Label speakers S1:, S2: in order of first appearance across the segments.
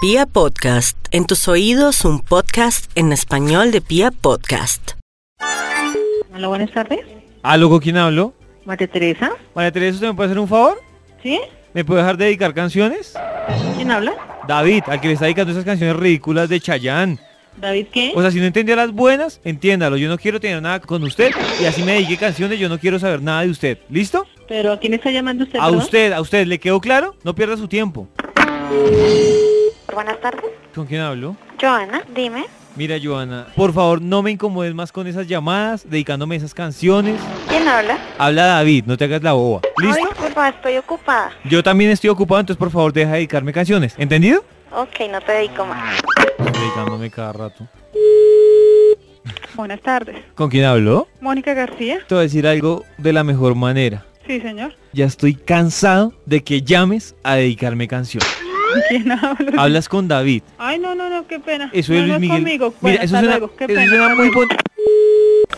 S1: Pia Podcast, en tus oídos un podcast en español de Pia Podcast.
S2: Hola, buenas tardes.
S3: ¿Aló con quién hablo?
S2: María Teresa.
S3: María Teresa, ¿usted me puede hacer un favor?
S2: ¿Sí?
S3: ¿Me puede dejar de dedicar canciones?
S2: ¿Quién habla?
S3: David, al que le está dedicando esas canciones ridículas de Chayanne.
S2: ¿David qué?
S3: O sea, si no entendía las buenas, entiéndalo. Yo no quiero tener nada con usted y así me dedique canciones. Yo no quiero saber nada de usted. ¿Listo?
S2: ¿Pero a quién está llamando usted?
S3: A
S2: perdón?
S3: usted, a usted. ¿Le quedó claro? No pierda su tiempo.
S4: Buenas tardes.
S3: ¿Con quién hablo?
S4: Joana, dime.
S3: Mira, Joana, por favor, no me incomodes más con esas llamadas, dedicándome esas canciones.
S4: ¿Quién habla?
S3: Habla David, no te hagas la boba.
S4: Ay,
S3: ¿Listo?
S4: disculpa, estoy ocupada.
S3: Yo también estoy ocupado, entonces por favor deja de dedicarme canciones. ¿Entendido?
S4: Ok, no te dedico más.
S3: Dedicándome cada rato.
S2: Buenas tardes.
S3: ¿Con quién habló?
S2: Mónica García.
S3: Te voy a decir algo de la mejor manera.
S2: Sí, señor.
S3: Ya estoy cansado de que llames a dedicarme canciones.
S2: ¿Quién habla?
S3: Hablas con David.
S2: Ay, no, no, no, qué pena.
S3: Eso
S2: no,
S3: es
S2: no
S3: Luis Miguel.
S2: conmigo.
S3: Mira,
S2: Bueno,
S3: eso
S2: hasta
S3: suena,
S2: luego. Qué
S3: eso
S2: pena.
S3: suena muy bon-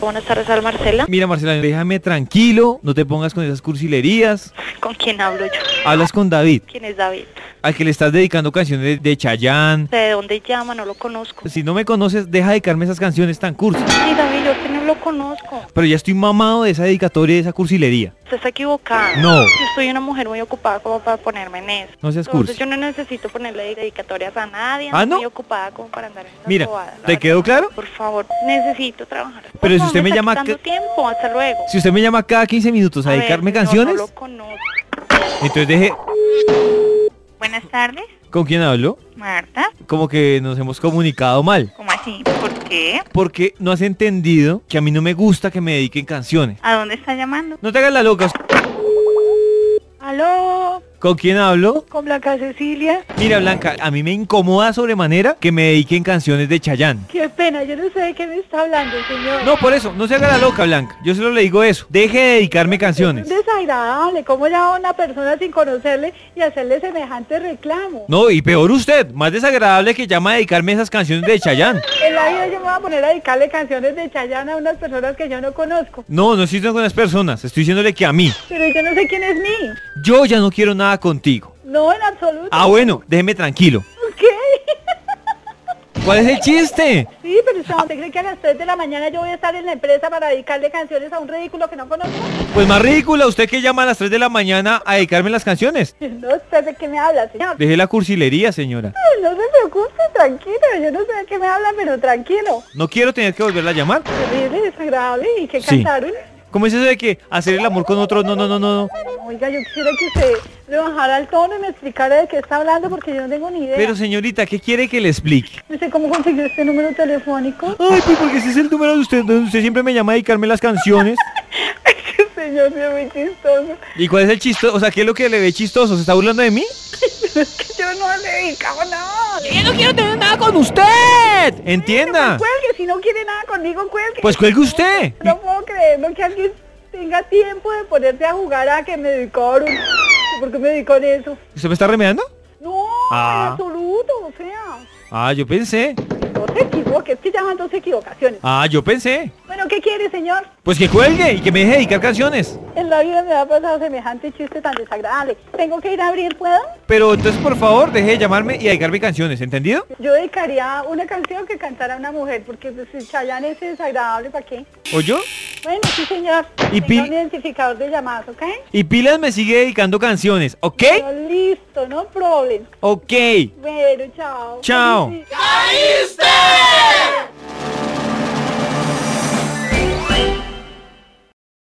S4: Buenas tardes, al Marcela.
S3: Mira, Marcela, déjame tranquilo, no te pongas con esas cursilerías.
S4: ¿Con quién hablo yo?
S3: Hablas con David,
S4: ¿Quién es David?
S3: al que le estás dedicando canciones de, de Chayanne.
S4: ¿De dónde llama? No lo conozco.
S3: Si no me conoces, deja de dedicarme esas canciones tan cursis.
S4: Sí, David, yo que no lo conozco.
S3: Pero ya estoy mamado de esa dedicatoria y de esa cursilería.
S4: Usted está equivocada.
S3: No.
S4: Yo soy una mujer muy ocupada como para ponerme en eso.
S3: No seas
S2: pues
S4: Entonces
S3: cursi.
S4: yo no necesito ponerle dedicatorias a nadie.
S3: ¿Ah,
S4: ando
S3: no?
S4: Muy ocupada como para andar en esas
S3: Mira,
S4: bobadas, la
S3: ¿te
S4: verdad.
S3: quedó claro?
S4: Por favor, necesito trabajar. Por
S3: Pero si
S4: favor,
S3: usted me
S4: está
S3: llama
S4: quitando
S3: que-
S4: tiempo, hasta luego.
S3: Si usted me llama cada 15 minutos a,
S4: ver,
S3: dedicarme
S4: no,
S3: canciones,
S4: No, lo conozco.
S3: entonces deje...
S5: Buenas tardes,
S3: ¿Con quién hablo?
S5: Marta.
S3: Como que nos hemos comunicado mal.
S5: ¿Cómo así? ¿Por qué?
S3: Porque no has entendido que a mí no me gusta que me dediquen canciones.
S5: ¿A dónde está llamando?
S3: No te hagas la loca.
S2: Aló,
S3: ¿Con quién hablo?
S2: con Blanca Cecilia.
S3: Mira, Blanca, a mí me incomoda sobremanera que me dediquen canciones de Chayanne.
S2: Qué pena, yo no sé de qué me está hablando, señor.
S3: No, por eso, no se haga la loca, Blanca. Yo solo le digo eso. Deje de dedicarme canciones.
S2: Es desagradable, ¿cómo le va a una persona sin conocerle y hacerle semejante reclamo?
S3: No, y peor usted, más desagradable que llama a dedicarme esas canciones de Chayanne.
S2: En la vida yo me voy a poner a dedicarle canciones de Chayanne a unas personas que yo no conozco.
S3: No, no estoy diciendo con las personas, estoy diciéndole que a mí.
S2: Pero yo no sé quién es mí.
S3: Yo ya no quiero nada contigo.
S2: No, en absoluto.
S3: Ah, bueno, déjeme tranquilo.
S2: ¿Qué?
S3: ¿Cuál es el chiste?
S2: Sí, pero usted, ¿usted cree que a las 3 de la mañana yo voy a estar en la empresa para dedicarle canciones a un ridículo que no conozco?
S3: Pues más ridícula usted que llama a las 3 de la mañana a dedicarme las canciones.
S2: No sé de qué me habla, señor.
S3: Deje la cursilería, señora.
S2: Ay, No se preocupe, tranquilo. Yo no sé de qué me habla, pero tranquilo.
S3: No quiero tener que volverla a llamar.
S2: Terrible, desagradable. ¿Y qué
S3: Sí.
S2: cantaron?
S3: ¿Cómo es eso de que hacer el amor con otro? No, no, no, no. no.
S2: Oiga, yo quisiera que usted le bajara el tono y me explicara de qué está hablando porque yo no tengo ni idea.
S3: Pero señorita, ¿qué quiere que le explique?
S2: No sé cómo consiguió este número telefónico.
S3: Ay, pues porque ese es el número de usted, donde usted siempre me llama a dedicarme las canciones.
S2: Este señor sí es muy chistoso.
S3: ¿Y cuál es el chistoso? O sea, ¿qué es lo que le ve chistoso? ¿Se está burlando de mí?
S2: Pero es que yo no le dedicaba nada.
S3: Yo no quiero tener nada con usted. Entienda.
S2: Cuelgue, si no quiere nada conmigo, cuelgue.
S3: Pues cuelgue usted.
S2: No puedo creerlo que alguien tenga tiempo de ponerse a jugar a que me dedicó ¿Por qué me dedicó en eso?
S3: ¿Usted me está remedando?
S2: No,
S3: Ah.
S2: en absoluto, o sea,
S3: Ah, yo pensé.
S2: no se equivoque, es que ya van dos equivocaciones.
S3: Ah, yo pensé.
S2: Bueno, ¿qué quiere, señor?
S3: Pues que cuelgue y que me deje dedicar canciones.
S2: En la vida me ha pasado semejante chiste tan desagradable. ¿Tengo que ir a abrir, puedo?
S3: Pero entonces, por favor, deje de llamarme y dedicarme canciones, ¿entendido?
S2: Yo dedicaría una canción que cantara una mujer, porque pues, si Chayanne es desagradable, ¿para qué?
S3: ¿O yo?
S2: Bueno, sí, señor.
S3: Y
S2: Tenga
S3: Pil- ¿Eh?
S2: un identificador de llamadas, ¿ok?
S3: Y Pilas me sigue dedicando canciones, ¿ok?
S2: Bueno, listo, no problem.
S3: Ok.
S2: Bueno, chao.
S3: Chao.
S2: Felicidades.
S3: ¡Caíste!